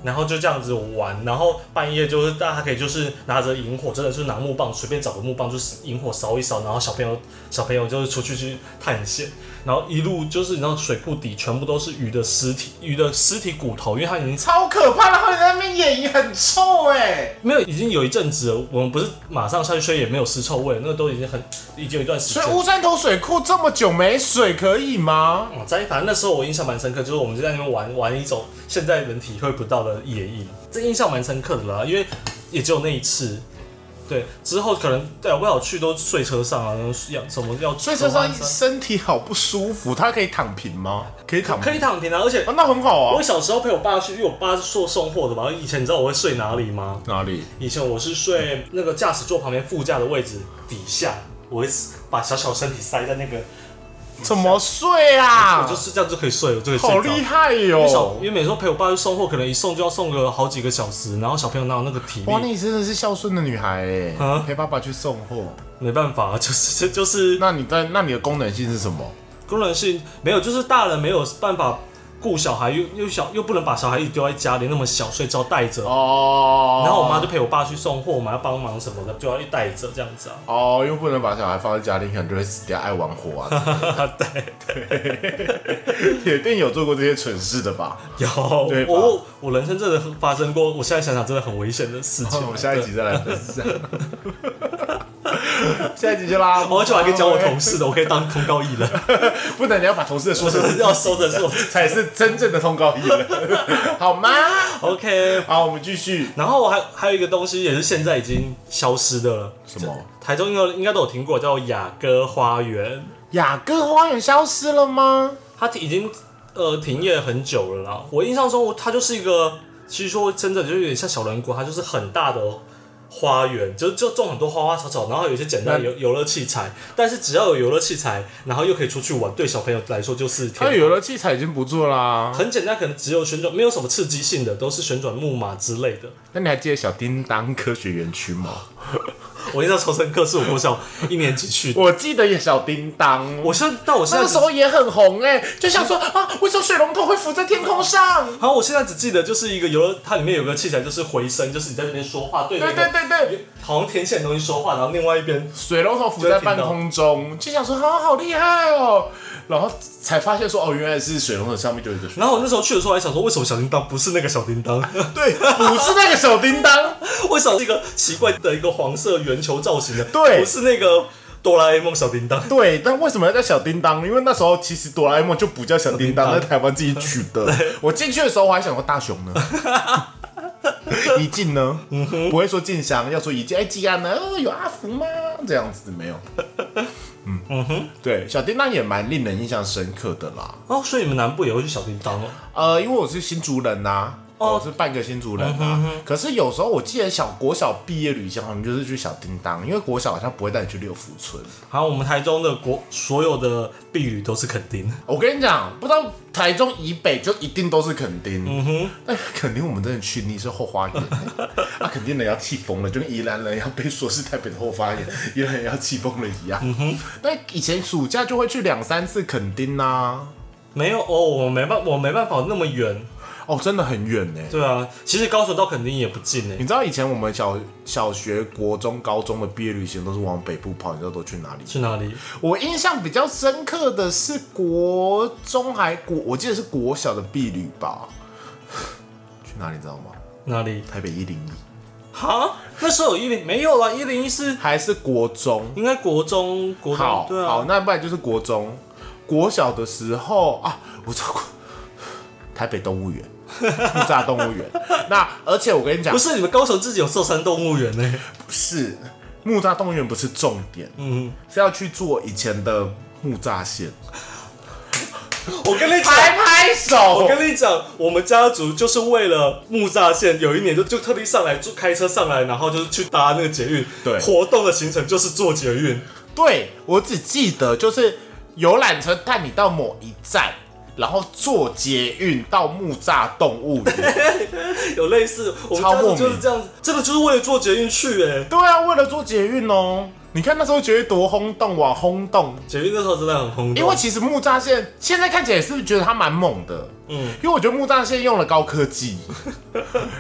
[SPEAKER 2] 然后就这样子玩，然后半夜就是大家可以就是拿着萤火，真的就是拿木棒随便找个木棒，就是萤火烧一烧，然后小朋友小朋友就是出去去探险，然后一路就是你知道水库底全部都是鱼的尸体，鱼的尸体骨头，因为它已经
[SPEAKER 1] 超可怕。然后你在那边演绎很臭哎、
[SPEAKER 2] 没有，已经有一阵子了。我们不是马上下去，所以也没有尸臭味了，那个都已经很，已经有一段时
[SPEAKER 1] 所
[SPEAKER 2] 间
[SPEAKER 1] 以。乌山头水库这么久没水可以吗？
[SPEAKER 2] 哦，在反正那时候我印象蛮深刻，就是我们就在那边玩玩一种现在人体会不到的野营，这印象蛮深刻的啦，因为也只有那一次。对，之后可能对，我好去都睡车上啊，然后要什么要
[SPEAKER 1] 所以车上
[SPEAKER 2] 什么
[SPEAKER 1] 身体好不舒服，他可以躺平吗？可以躺
[SPEAKER 2] 可
[SPEAKER 1] 平，
[SPEAKER 2] 以躺平啊，而且
[SPEAKER 1] 啊，那很好啊
[SPEAKER 2] 我。小时候陪我爸去，因为我爸是做送货的嘛，以前你知道我会睡哪里吗？
[SPEAKER 1] 哪里？
[SPEAKER 2] 以前我是睡那个驾驶座旁边副驾的位置底下，我会把小小身体塞在那个，
[SPEAKER 1] 怎么睡啊
[SPEAKER 2] 我就？是这样就可以睡，我就可以睡
[SPEAKER 1] 好
[SPEAKER 2] 着。
[SPEAKER 1] 厉害哟、
[SPEAKER 2] 因为小，因为每次陪我爸去送货，可能一送就要送个好几个小时，然后小朋友哪有那个体
[SPEAKER 1] 哇，
[SPEAKER 2] 力？
[SPEAKER 1] 你真的是孝顺的女孩哎、
[SPEAKER 2] 啊
[SPEAKER 1] 陪爸爸去送货。
[SPEAKER 2] 没办法， 就是就就是
[SPEAKER 1] 那你的那你的功能性是什么？
[SPEAKER 2] 功能性没有，就是大人没有办法顾小孩，又又小又不能把小孩一直丢在家里那么小，所以只好带着。
[SPEAKER 1] 哦，
[SPEAKER 2] 然后我妈就陪我爸去送货嘛，要帮忙什么的，就要一带着这样子啊。
[SPEAKER 1] 哦，又不能把小孩放在家里，可能就会死掉，爱玩火啊。 对对，铁定有做过这些蠢事的吧？
[SPEAKER 2] 有
[SPEAKER 1] 对吧
[SPEAKER 2] 我我人生真的发生过，我现在想想真的很危险的事 情。
[SPEAKER 1] 我们下一集再来分享。 下一集就拉，
[SPEAKER 2] 哦我而且我还可以教我同事的，我可以当通告艺人，
[SPEAKER 1] 不能，你要把同事的说
[SPEAKER 2] 我
[SPEAKER 1] 成
[SPEAKER 2] 真的要收的是我。
[SPEAKER 1] 才是真正的通告艺 人，好吗？
[SPEAKER 2] OK，
[SPEAKER 1] 好，我们继续。
[SPEAKER 2] 然后还还有一个东西也是现在已经消失的了，
[SPEAKER 1] 什么？
[SPEAKER 2] 台中应该应该都有听过，叫雅歌花园，
[SPEAKER 1] 雅各花园消失了吗？
[SPEAKER 2] 它已经呃停业很久了啦。我印象中，它就是一个，其实说真的，就有点像小人国，它就是很大的花园，就就种很多花花草草，然后有一些简单的游游乐器材，但是只要有游乐器材，然后又可以出去玩，对小朋友来说就是
[SPEAKER 1] 它
[SPEAKER 2] 天。
[SPEAKER 1] 有了器材已经不做啦。
[SPEAKER 2] 很简单，可能只有旋转，没有什么刺激性的，都是旋转木马之类的。
[SPEAKER 1] 那你还记得小叮当科学园区吗？
[SPEAKER 2] 我印象超深刻，是我国小一年级去的。
[SPEAKER 1] 我记得也小叮当，
[SPEAKER 2] 我现在，但我现
[SPEAKER 1] 那
[SPEAKER 2] 在
[SPEAKER 1] 个时候也很红哎、就想说啊，为什么水龙头会浮在天空上？
[SPEAKER 2] 好，我现在只记得就是一个游乐，它里面有个器材就是回声，就是你在那边说话，对
[SPEAKER 1] 对
[SPEAKER 2] 那
[SPEAKER 1] 对
[SPEAKER 2] 个
[SPEAKER 1] 对对，
[SPEAKER 2] 好像天线的东西说话，然后另外一边
[SPEAKER 1] 水龙头浮在半空中，就想说啊，好厉害哦，然后才发现说哦，原来是水龙头上面就有一个水，
[SPEAKER 2] 然后我那时候去的时候还想说，为什么小叮当不是那个小 叮当？
[SPEAKER 1] 对，不是那个小叮当，
[SPEAKER 2] 为什么是一个奇怪的一个黄色圆球造型的？
[SPEAKER 1] 对
[SPEAKER 2] 不是那个哆啦 A 梦小叮当。
[SPEAKER 1] 对，但为什么要叫小叮当？因为那时候其实哆啦 A 梦就不叫小叮当，
[SPEAKER 2] 小叮当
[SPEAKER 1] 那是台湾自己取的。我进去的时候我还想说大 雄呢。一进呢，
[SPEAKER 2] 嗯
[SPEAKER 1] 不会说静香，要说一进。哎，吉安呢？哦，有阿福吗？这样子没有。嗯
[SPEAKER 2] 嗯
[SPEAKER 1] 哼，对，小叮当也蛮令人印象深刻的啦。
[SPEAKER 2] 哦，所以你们南部也会去小叮当哦？
[SPEAKER 1] 呃，因为我是新竹人呐、
[SPEAKER 2] 哦嗯
[SPEAKER 1] 我是半个新竹人呐、可是有时候我记得小国小毕业旅行，好像就是去小叮当，因为国小好像不会带你去六福村。
[SPEAKER 2] 好，我们台中的国所有的避旅都是垦丁。
[SPEAKER 1] 我跟你讲，不知道台中以北就一定都是垦丁。嗯哼，那垦丁我们真的去，你是后花 园，啊，垦丁人要气疯了，就跟宜兰人要被说是台北的后花 园，宜兰人要气疯了一样。嗯哼，那以前暑假就会去两三次垦丁呐、啊
[SPEAKER 2] 没有哦，我没办，我没办法那么远。
[SPEAKER 1] 哦，真的很远呢、
[SPEAKER 2] 对啊，其实高雄到垦丁也不近欸呢。
[SPEAKER 1] 你知道以前我们小小学、国中、高中的毕业旅行都是往北部跑，你知道都去哪里？
[SPEAKER 2] 去哪里？
[SPEAKER 1] 我印象比较深刻的是国中还国，我记得是国小的毕旅吧， 去哪里你知道吗？
[SPEAKER 2] 哪里？
[SPEAKER 1] 台北一零一
[SPEAKER 2] 哈？那时候有一零没有啦，一零一是
[SPEAKER 1] 还是国中？
[SPEAKER 2] 应该国中国中
[SPEAKER 1] 好，
[SPEAKER 2] 对
[SPEAKER 1] 好，
[SPEAKER 2] 啊，
[SPEAKER 1] 那不然就是国中。国小的时候啊，我知道国 台北动物园，木栅动物园。 那而且我跟你讲
[SPEAKER 2] 不，是你们高雄自己有寿山动物园呢？
[SPEAKER 1] 不是木栅动物园不是重点，
[SPEAKER 2] 嗯，
[SPEAKER 1] 是要去做以前的木栅线。
[SPEAKER 2] 我跟你讲。
[SPEAKER 1] 拍拍手，
[SPEAKER 2] 我跟你讲，我们家族就是为了木栅线，有一年就就特地上来坐开车上来，然后就是去搭那个捷运。
[SPEAKER 1] 对
[SPEAKER 2] 活动的行程就是坐捷运。
[SPEAKER 1] 对我只记得就是游览车带你到某一站，然后坐捷运到木栅动物 园。
[SPEAKER 2] 有类似，我们
[SPEAKER 1] 超
[SPEAKER 2] 家族
[SPEAKER 1] 莫
[SPEAKER 2] 就是
[SPEAKER 1] 名
[SPEAKER 2] 这样子，真的就是为了坐捷运去哎、
[SPEAKER 1] 对啊，为了坐捷运哦。你看那时候捷运多轰动，网轰动。
[SPEAKER 2] 捷运那时候真的很轰动，
[SPEAKER 1] 因为其实木栅线现在看起来是不是觉得它蛮猛的？嗯，
[SPEAKER 2] 嗯
[SPEAKER 1] 因为我觉得木栅线用了高科 技，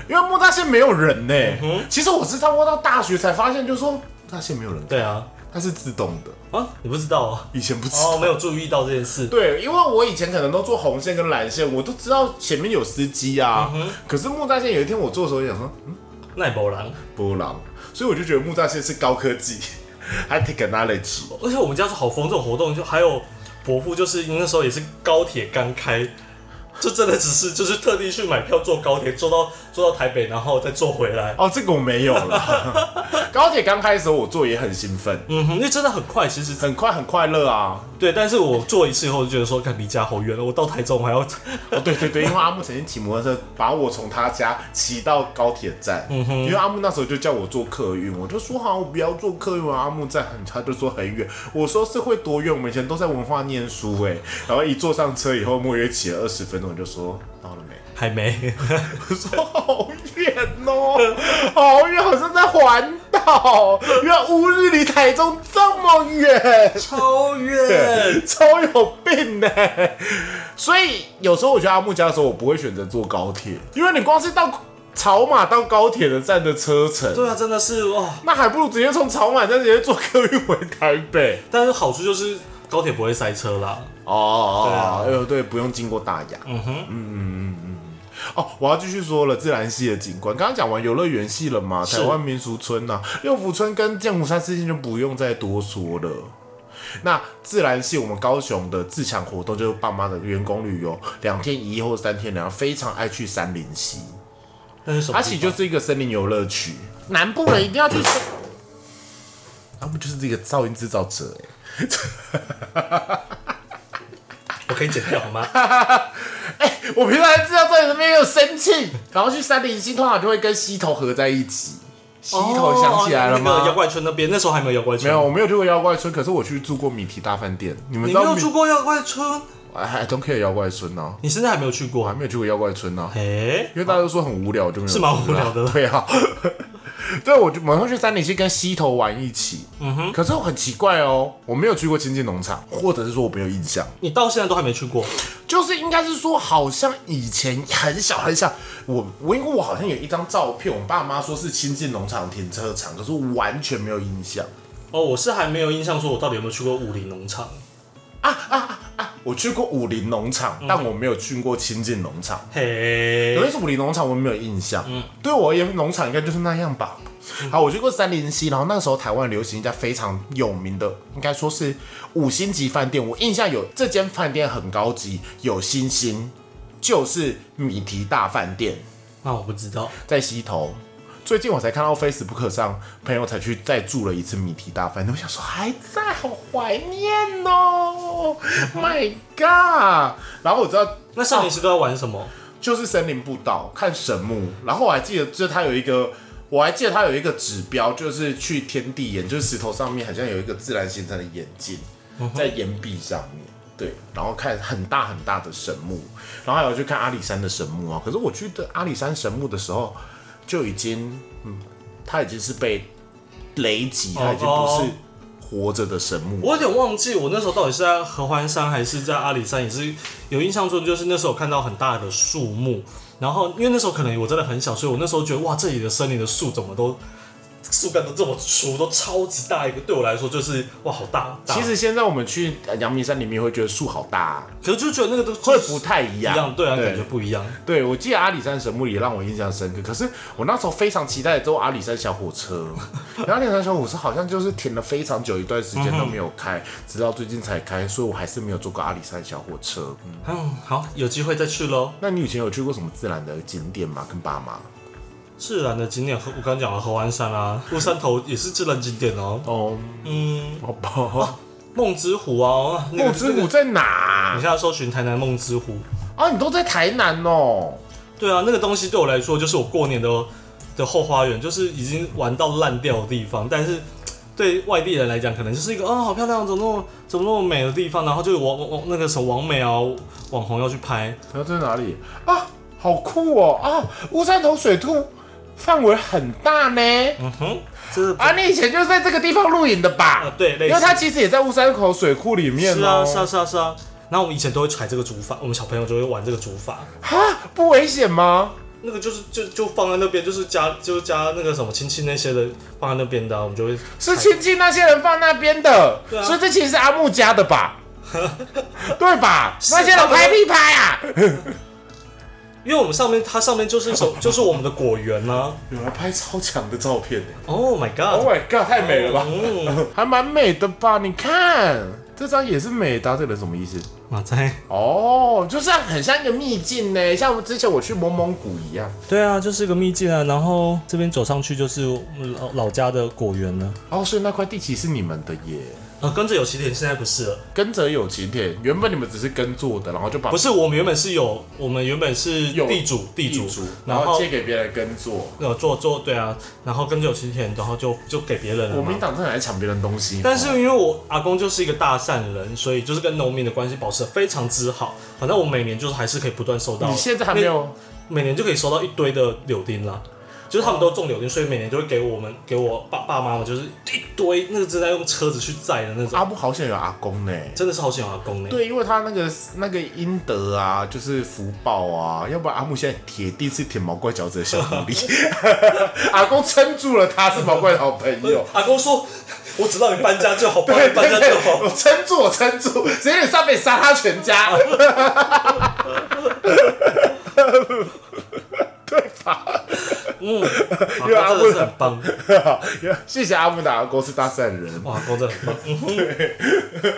[SPEAKER 1] 因为木栅线没有人呢、
[SPEAKER 2] 嗯
[SPEAKER 1] 其实我是差不多到大学才发现，就说木栅线没有人，
[SPEAKER 2] 对啊，
[SPEAKER 1] 它是自动的，
[SPEAKER 2] 啊，你不知道啊？
[SPEAKER 1] 以前不知道。
[SPEAKER 2] 哦，没有注意到这件事。
[SPEAKER 1] 对，因为我以前可能都坐红线跟蓝线，我都知道前面有司机啊。可是木栅线有一天我坐的时候想说，嗯，
[SPEAKER 2] 奈博狼，
[SPEAKER 1] 波浪，所以我就觉得木栅线是高科技， 还 technology。
[SPEAKER 2] 而且我们家是好疯这种活动，就还有伯父，就是因为那时候也是高铁刚开，就真的只是就是特地去买票坐高铁，坐到坐到台北，然后再坐回来。
[SPEAKER 1] 哦，这个我没有了。 高铁刚开始的时候我坐也很兴奋，
[SPEAKER 2] 嗯哼，因为真的很快，其实
[SPEAKER 1] 很快很快乐啊。
[SPEAKER 2] 对，但是我坐一次以后就觉得说，看离家好远了，我到台中还要，
[SPEAKER 1] 哦，对对对，因为阿木曾经骑摩托车把我从他家骑到高铁站，因为阿木那时候就叫我坐客运，我就说好，我不要坐客运，我阿木在很，他就说很远，我说是会多远？我们以前都在文化念书哎，然后一坐上车以后，莫约骑了二十分钟，我就说到了没？
[SPEAKER 2] 还没。
[SPEAKER 1] 我说好远哦，好远，好像在环岛，原来乌日离台中这么远。
[SPEAKER 2] 超远。
[SPEAKER 1] 超有病呢、所以有时候我去阿木家的时候，我不会选择坐高铁，因为你光是到草马到高铁的站的车程，
[SPEAKER 2] 对啊，真的是哇。
[SPEAKER 1] 那还不如直接从草马站直接坐客运回台北。
[SPEAKER 2] 但是好处就是高铁不会塞车啦。
[SPEAKER 1] 哦，对啊，对，不用经过大雅。嗯哼，嗯嗯嗯嗯。哦，我要继续说了，自然系的景观，刚刚讲完游乐园系了嘛，
[SPEAKER 2] 是
[SPEAKER 1] 台湾民俗村呐、啊，六福村跟剑湖山事件就不用再多说了。那自然系我们高雄的自强活动就是爸妈的员工旅游，两天一夜或三天两夜，非常爱去山林溪，
[SPEAKER 2] 但是什么
[SPEAKER 1] 而
[SPEAKER 2] 地
[SPEAKER 1] 且
[SPEAKER 2] 方？
[SPEAKER 1] 就是一个森林游乐区，南部人一定要去森，啊不就是这个噪音制造者哎、
[SPEAKER 2] 我可以剪掉 好吗？
[SPEAKER 1] 欸哎我平常在知道这里面有生气，然后去山林溪，通常就会跟溪头合在一起。溪头想起来了
[SPEAKER 2] 哦那
[SPEAKER 1] 吗？
[SPEAKER 2] 个妖怪村那边，那时候还没有妖怪
[SPEAKER 1] 没
[SPEAKER 2] 村。
[SPEAKER 1] 啊有，我没有去过妖怪村，可是我去住过米提大饭店。你们
[SPEAKER 2] 你
[SPEAKER 1] 知
[SPEAKER 2] 没
[SPEAKER 1] 道
[SPEAKER 2] 有
[SPEAKER 1] 米
[SPEAKER 2] 住过妖怪村？
[SPEAKER 1] 哎，I don't care 妖怪村啊，
[SPEAKER 2] 你现在还没有去过
[SPEAKER 1] 我还
[SPEAKER 2] 啊？
[SPEAKER 1] 没有去过妖怪村啊，
[SPEAKER 2] 哎，
[SPEAKER 1] 因为大家都说很无聊，我就没有
[SPEAKER 2] 是蛮无聊的
[SPEAKER 1] 对啊。啊 对，我就我们会去三里溪跟溪头玩一起。嗯哼，可是我很奇怪哦，我没有去过亲近农场，或者是说我没有印象，
[SPEAKER 2] 你到现在都还没去过，
[SPEAKER 1] 就是应该是说好像以前很小很小，我我因为我好像有一张照片，我爸妈说是亲近农场停车场，可是完全没有印象
[SPEAKER 2] 哦，我是还没有印象说我到底有没有去过武林农场。
[SPEAKER 1] 啊。我去过武林农场，但我没有去过亲近农场。
[SPEAKER 2] 嘿
[SPEAKER 1] 有，一次武林农场我没有印象，对我而言农场应该就是那样吧。好，我去过三林溪，然后那个时候台湾流行一家非常有名的，应该说是五星级饭店。我印象有这间饭店很高级，有星星，就是米提大饭店，
[SPEAKER 2] 那我不知道。
[SPEAKER 1] 在溪头。最近我才看到 Facebook 上朋友才去再住了一次米提大饭店，我想说还在，好怀念哦，My God！然后我知道
[SPEAKER 2] 那少年时都在玩什么？
[SPEAKER 1] 就是森林步道看神木，然后我还记得，就是它有一个，我还记得它有一个指标，就是去天地眼，就是石头上面好像有一个自然形成的眼镜，
[SPEAKER 2] 嗯
[SPEAKER 1] 在岩壁上面，对，然后看很大很大的神木，然后还有去看阿里山的神木啊。可是我去的阿里山神木的时候，就已经，嗯，它已经是被雷击，它已经不是活着的神木了。
[SPEAKER 2] 我有点忘记我那时候到底是在合欢山还是在阿里山，也是有印象中就是那时候看到很大的树木，然后因为那时候可能我真的很小，所以我那时候觉得哇，这里的森林的树怎么都树干都这么粗，都超级大一个，对我来说就是哇，好大。大
[SPEAKER 1] 其，实现在我们去呃阳明山里面会觉得树好大、啊，
[SPEAKER 2] 可是就觉得那个都
[SPEAKER 1] 会不太一
[SPEAKER 2] 一
[SPEAKER 1] 样。
[SPEAKER 2] 样，对啊，感觉不一样。
[SPEAKER 1] 对，我记得阿里山神木也让我印象深刻。可是我那时候非常期待坐阿里山小火车，然后阿里山小火车好像就是停了非常久一段时间都没有开，直到最近才开，所以我还是没有坐过阿里山小火车。嗯
[SPEAKER 2] 嗯，好，有机会再去喽。
[SPEAKER 1] 那你以前有去过什么自然的景点吗？跟爸妈？
[SPEAKER 2] 自然的景点，我刚讲了合欢山啊，乌山头也是自然景点哦。
[SPEAKER 1] 哦，
[SPEAKER 2] 嗯，
[SPEAKER 1] 好 吧。
[SPEAKER 2] 梦之湖啊，那
[SPEAKER 1] 木
[SPEAKER 2] 个
[SPEAKER 1] 之
[SPEAKER 2] 那
[SPEAKER 1] 谷
[SPEAKER 2] 个
[SPEAKER 1] 哦在
[SPEAKER 2] 你
[SPEAKER 1] 哪？
[SPEAKER 2] 现在搜寻台南梦之湖，
[SPEAKER 1] 啊，你都在台南哦。
[SPEAKER 2] 对啊，那个东西对我来说就是我过年的的后花园，就是已经玩到烂掉的地方。但是对外地人来讲，可能就是一个哦，好漂亮，怎么那么怎么那么美的地方，然后就有网网网那个什么网美啊，网红要去拍。
[SPEAKER 1] 然后在哪里？啊，好酷哦！啊，乌山头水库范围很大呢。
[SPEAKER 2] 嗯哼，这是
[SPEAKER 1] 啊，你以前就是在这个地方露营的吧？
[SPEAKER 2] 啊，对，类
[SPEAKER 1] 因
[SPEAKER 2] 似
[SPEAKER 1] 为它其实也在乌山口水库里面
[SPEAKER 2] 是
[SPEAKER 1] 哦
[SPEAKER 2] 啊，是啊，是啊，是啊。然后我们以前都会踩这个竹筏，我们小朋友就会玩这个竹筏，
[SPEAKER 1] 哈，不危险吗？
[SPEAKER 2] 那个就是就就放在那边，就是加就是加那个什么亲戚那些的放在那边的啊、我们就会
[SPEAKER 1] 是亲戚那些人放那边的，
[SPEAKER 2] 对啊
[SPEAKER 1] 所以这其实是阿木家的 吧？对吧？
[SPEAKER 2] 是
[SPEAKER 1] 那些人
[SPEAKER 2] 他们
[SPEAKER 1] 拍屁拍啊！
[SPEAKER 2] 因为我们上面它上面就是手 就是我们的果园啦、
[SPEAKER 1] 有人拍超强的照片
[SPEAKER 2] Oh my god！
[SPEAKER 1] my god，太美了吧？
[SPEAKER 2] 嗯，
[SPEAKER 1] 还蛮美的吧？你看这张也是美的啊、这个人什么意思？
[SPEAKER 2] 马仔。
[SPEAKER 1] 哦，就是很像一个秘境呢，像我之前我去蒙蒙谷一样。
[SPEAKER 2] 对啊，就是个秘境啊。然后这边走上去就是嗯老老家的果园了。
[SPEAKER 1] 哦，所以那块地其实是你们的耶。
[SPEAKER 2] 啊，跟着有起点，现在不是了。
[SPEAKER 1] 跟着有晴天，原本你们只是跟做的，然后就把
[SPEAKER 2] 不是，我们原本是有，我们原本是
[SPEAKER 1] 有
[SPEAKER 2] 地主，地主，
[SPEAKER 1] 然
[SPEAKER 2] 然
[SPEAKER 1] 后
[SPEAKER 2] 后
[SPEAKER 1] 借给别人耕作。
[SPEAKER 2] 呃做做对啊，然后跟着有起点，然后就就给别人了
[SPEAKER 1] 国
[SPEAKER 2] 嘛
[SPEAKER 1] 民。党真的来抢别人东西，
[SPEAKER 2] 但是因为我阿公就是一个大善人，所以就是跟农民的关系保持得非常之好。反正我每年就是还是可以不断收到，
[SPEAKER 1] 你现在还没有
[SPEAKER 2] 每年就可以收到一堆的柳丁啦。就是他们都种柳丁，所以每年就会给我们给我爸爸妈妈就是一堆那个正在用车子去载的那种，
[SPEAKER 1] 阿布好险有阿公呢。
[SPEAKER 2] 真的是好喜欢阿公呢、
[SPEAKER 1] 对，因为他那个那个阴德啊，就是福报啊，要不然阿木现在铁定是舔毛怪脚趾的小狐 狸。阿公撑住了他，是毛怪的好朋友。
[SPEAKER 2] 阿公说：“我只让你搬家就好，帮
[SPEAKER 1] 对
[SPEAKER 2] 你搬
[SPEAKER 1] 对
[SPEAKER 2] 家就
[SPEAKER 1] 对，
[SPEAKER 2] 好。
[SPEAKER 1] 我撑住，我撑住，谁让你上辈子杀他全 家？对吧？”
[SPEAKER 2] 嗯，
[SPEAKER 1] 因为
[SPEAKER 2] 阿
[SPEAKER 1] 阿
[SPEAKER 2] 公
[SPEAKER 1] 公
[SPEAKER 2] 真的是很棒，
[SPEAKER 1] 谢谢阿木打阿公是大善人。
[SPEAKER 2] 哇，阿公真的很棒。嗯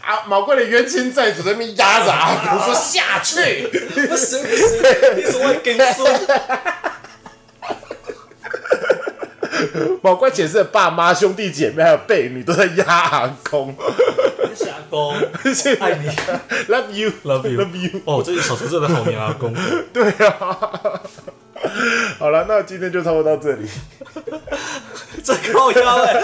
[SPEAKER 1] 啊，毛怪的冤亲债主在那边压着阿公说下去。
[SPEAKER 2] 不行不行，你所谓跟说，
[SPEAKER 1] 毛怪解释的爸妈、兄弟姐妹还有婢女都在压阿 公
[SPEAKER 2] 谢谢阿 公，
[SPEAKER 1] 谢
[SPEAKER 2] 爱你
[SPEAKER 1] ，Love you，
[SPEAKER 2] ，love you
[SPEAKER 1] love you。
[SPEAKER 2] 哦，这一首歌真的好黏阿公。
[SPEAKER 1] 对 啊，好了，那今天就差不多到这里。
[SPEAKER 2] 这靠腰哎、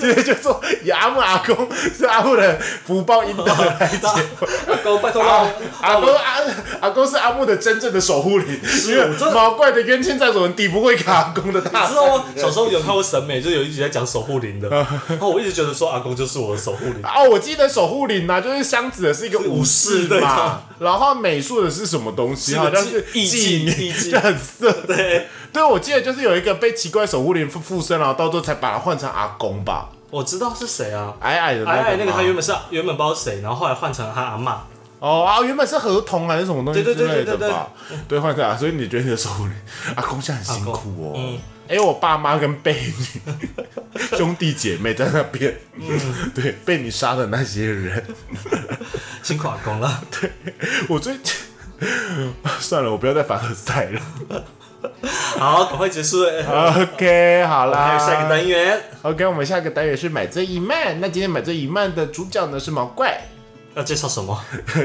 [SPEAKER 1] 今天就说以阿木阿公是阿木的福报引导来 结婚。
[SPEAKER 3] 阿公拜托让
[SPEAKER 1] 阿
[SPEAKER 3] 我
[SPEAKER 1] 阿
[SPEAKER 2] 哦
[SPEAKER 1] 公阿阿公是阿木的真正的守护灵，因为
[SPEAKER 2] 我真的
[SPEAKER 1] 毛怪的冤亲债主人抵不过一个阿公的大
[SPEAKER 2] 你知
[SPEAKER 1] 啊
[SPEAKER 2] 道吗？小时候有看过审美，就有一集在讲守护 灵的，然后我一直觉得说阿啊公就是我的守护灵。
[SPEAKER 1] 哦，我记得守护灵呐、就是箱子的是一个武士
[SPEAKER 2] 武士对啊
[SPEAKER 1] 嘛，然后美术的是什么东西？
[SPEAKER 2] 是个
[SPEAKER 1] 好像
[SPEAKER 2] 技
[SPEAKER 1] 是
[SPEAKER 2] 艺
[SPEAKER 1] 技
[SPEAKER 2] 伎
[SPEAKER 1] 名
[SPEAKER 2] 艺伎
[SPEAKER 1] 就很色。
[SPEAKER 2] 对，
[SPEAKER 1] 对，我记得就是有一个被奇怪守护灵附附身，然后到最后才把它换成阿公吧，
[SPEAKER 2] 我知道是谁 啊。
[SPEAKER 1] 矮矮的那
[SPEAKER 2] 哎
[SPEAKER 1] 个吗。
[SPEAKER 2] 哎，那个他原本是原本不知道是谁，然后后来换成他阿嬷。
[SPEAKER 1] 哦啊，原本是合同还是什么东西之
[SPEAKER 2] 对对
[SPEAKER 1] 类
[SPEAKER 2] 对
[SPEAKER 1] 的
[SPEAKER 2] 对对
[SPEAKER 1] 吧？对，换成啊，所以你觉得你的守护灵阿公现在很辛
[SPEAKER 2] 阿公
[SPEAKER 1] 苦哦。
[SPEAKER 2] 嗯
[SPEAKER 1] 哎、我爸妈跟被你 兄弟姐妹在那边，
[SPEAKER 2] 嗯
[SPEAKER 1] 对，被你杀的那些人，
[SPEAKER 2] 辛苦阿公了。
[SPEAKER 1] 我最 算了，我不要再凡尔赛了。
[SPEAKER 2] 好，赶快结束了。
[SPEAKER 1] OK，好啦，
[SPEAKER 2] 还有下一个单元，
[SPEAKER 1] OK，我们下个单元是买醉一漫。那今天买醉一漫的主角呢是毛怪，
[SPEAKER 2] 要介绍什么？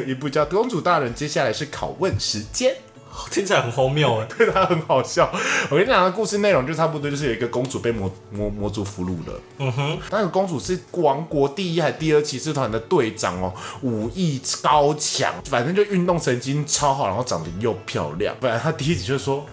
[SPEAKER 1] 一部叫《公主大人》。接下来是拷问时间，
[SPEAKER 2] 听起来很荒谬哎。
[SPEAKER 1] 对它很好笑。我跟你讲，它故事内容就差不多，就是有一个公主被魔魔魔族俘虏了。
[SPEAKER 2] 嗯哼，
[SPEAKER 1] 那个公主是王国第一还第二骑士团的队长哦，武艺超强，反正就运动神经超好，然后长得又漂亮。本来她第一集就说。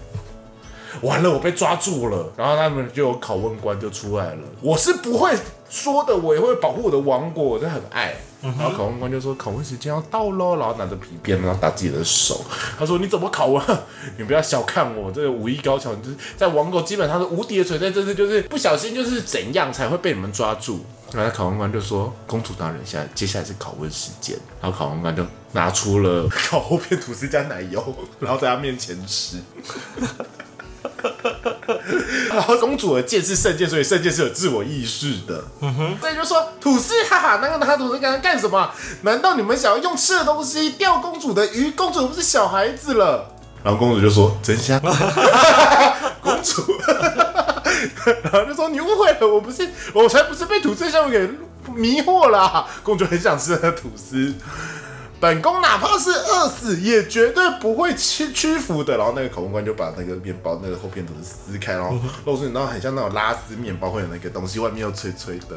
[SPEAKER 1] 完了，我被抓住了。然后他们就有拷问官就出来了。我是不会说的，我也会保护我的王国，我真的很爱。然后拷问官就说：“拷问时间要到喽。”然后拿着皮鞭，然后打自己的手。他说：“你怎么拷问？ 你不要小看我这个武艺高强，就是在王国基本上是无敌的存在。这次就是不小心就是怎样才会被你们抓住。”然后拷问官就说：“公主大人，现在接下来是拷问时间。”然后拷问官就拿出了烤厚片吐司加奶油，然后在他面前吃。然后公主的剑是圣剑，所以圣剑是有自我意识的。嗯哼，所以就说吐司，哈哈，那个拿吐司干干什么？难道你们想要用吃的东西钓公主的鱼？公主不是小孩子了。然后公主就说：“真香，公主。” 然后就说：“你误会了，我不是，我才不是被吐司效应给迷惑了啊。”公主很想吃那个吐司，本宫哪怕是饿死，也绝对不会屈屈服的。然后那个口红官就把那个面包那个厚片吐司撕开，然后露出你知道很像那种拉丝面包会有那个东西，外面又脆脆的，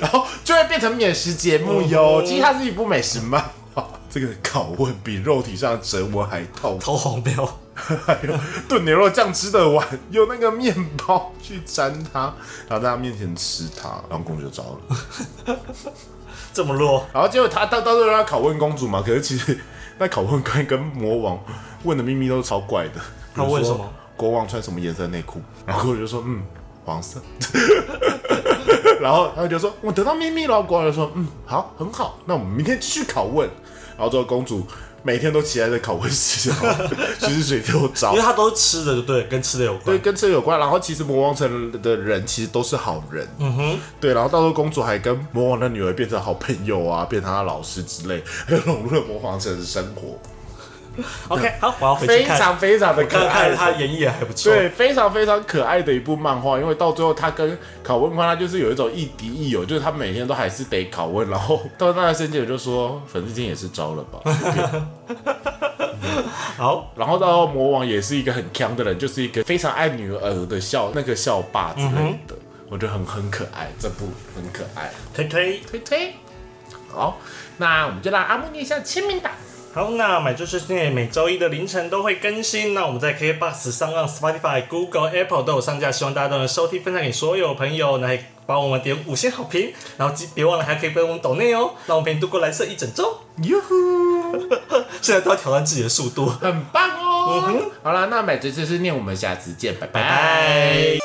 [SPEAKER 1] 然后就会变成美食节目哟。其实它是一部美食漫画，这个拷问比肉体上的折磨还痛。
[SPEAKER 2] 好荒谬。
[SPEAKER 1] 还有炖牛肉酱汁的碗，用那个面包去沾它，然后在他面前吃它，然后公主就着了。
[SPEAKER 2] 这么弱，
[SPEAKER 1] 然后结果他到到最后他拷问公主嘛，可是其实那拷问官跟魔王问的秘密都是超怪的。
[SPEAKER 2] 他问什么？
[SPEAKER 1] 国王穿什么颜色内裤？然后公主就说嗯，黄色。然后他就说我得到秘密了。国王就说嗯，好，很好，那我们明天继续拷问。然后最后公主每天都期待着拷问时间，其实水都着
[SPEAKER 2] 因为。他都是吃的，对不对？跟吃的有
[SPEAKER 1] 对，
[SPEAKER 2] 关。
[SPEAKER 1] 跟这个有关。然后其实魔王城的人其实都是好人，
[SPEAKER 2] 嗯哼，
[SPEAKER 1] 对，然后到时候公主还跟魔王的女儿变成好朋友啊，变成她老师之类， 还融入了魔王城的生活，
[SPEAKER 2] OK，好，我要回去
[SPEAKER 1] 非
[SPEAKER 2] 看。
[SPEAKER 1] 常非常的可
[SPEAKER 2] 看
[SPEAKER 1] 爱
[SPEAKER 2] 看。他演绎也还不错。
[SPEAKER 1] 对，非常非常可爱的一部漫画，因为到最后他跟拷问官，他就是有一种亦敌亦友，就是他每天都还是得拷问，然后到那个瞬间我就说，粉丝今天也是招了吧，
[SPEAKER 2] 好，
[SPEAKER 1] 然后到魔王也是一个很强的人，就是一个非常爱女儿的校那个校霸之类的，我觉得很很可爱，这部很可爱，
[SPEAKER 2] 推推。
[SPEAKER 1] 推推。好，那我们就让阿木念一下签名吧。
[SPEAKER 2] 好，那买醉碎碎念每周一的凌晨都会更新。那我们在 KBox 上、岸 Spotify、Google、Apple 都有上架，希望大家都能收听，分享给所有朋友，那还帮我们点五星好评，然后记别忘了还可以跟我们抖内哦，让我们陪你度过蓝色一整周。
[SPEAKER 1] 哟呼，
[SPEAKER 2] 现在都要挑战自己的速度，
[SPEAKER 1] 很棒哦！
[SPEAKER 2] 嗯哼
[SPEAKER 1] 好啦，那买这次是念，我们下次见，拜
[SPEAKER 2] 拜拜。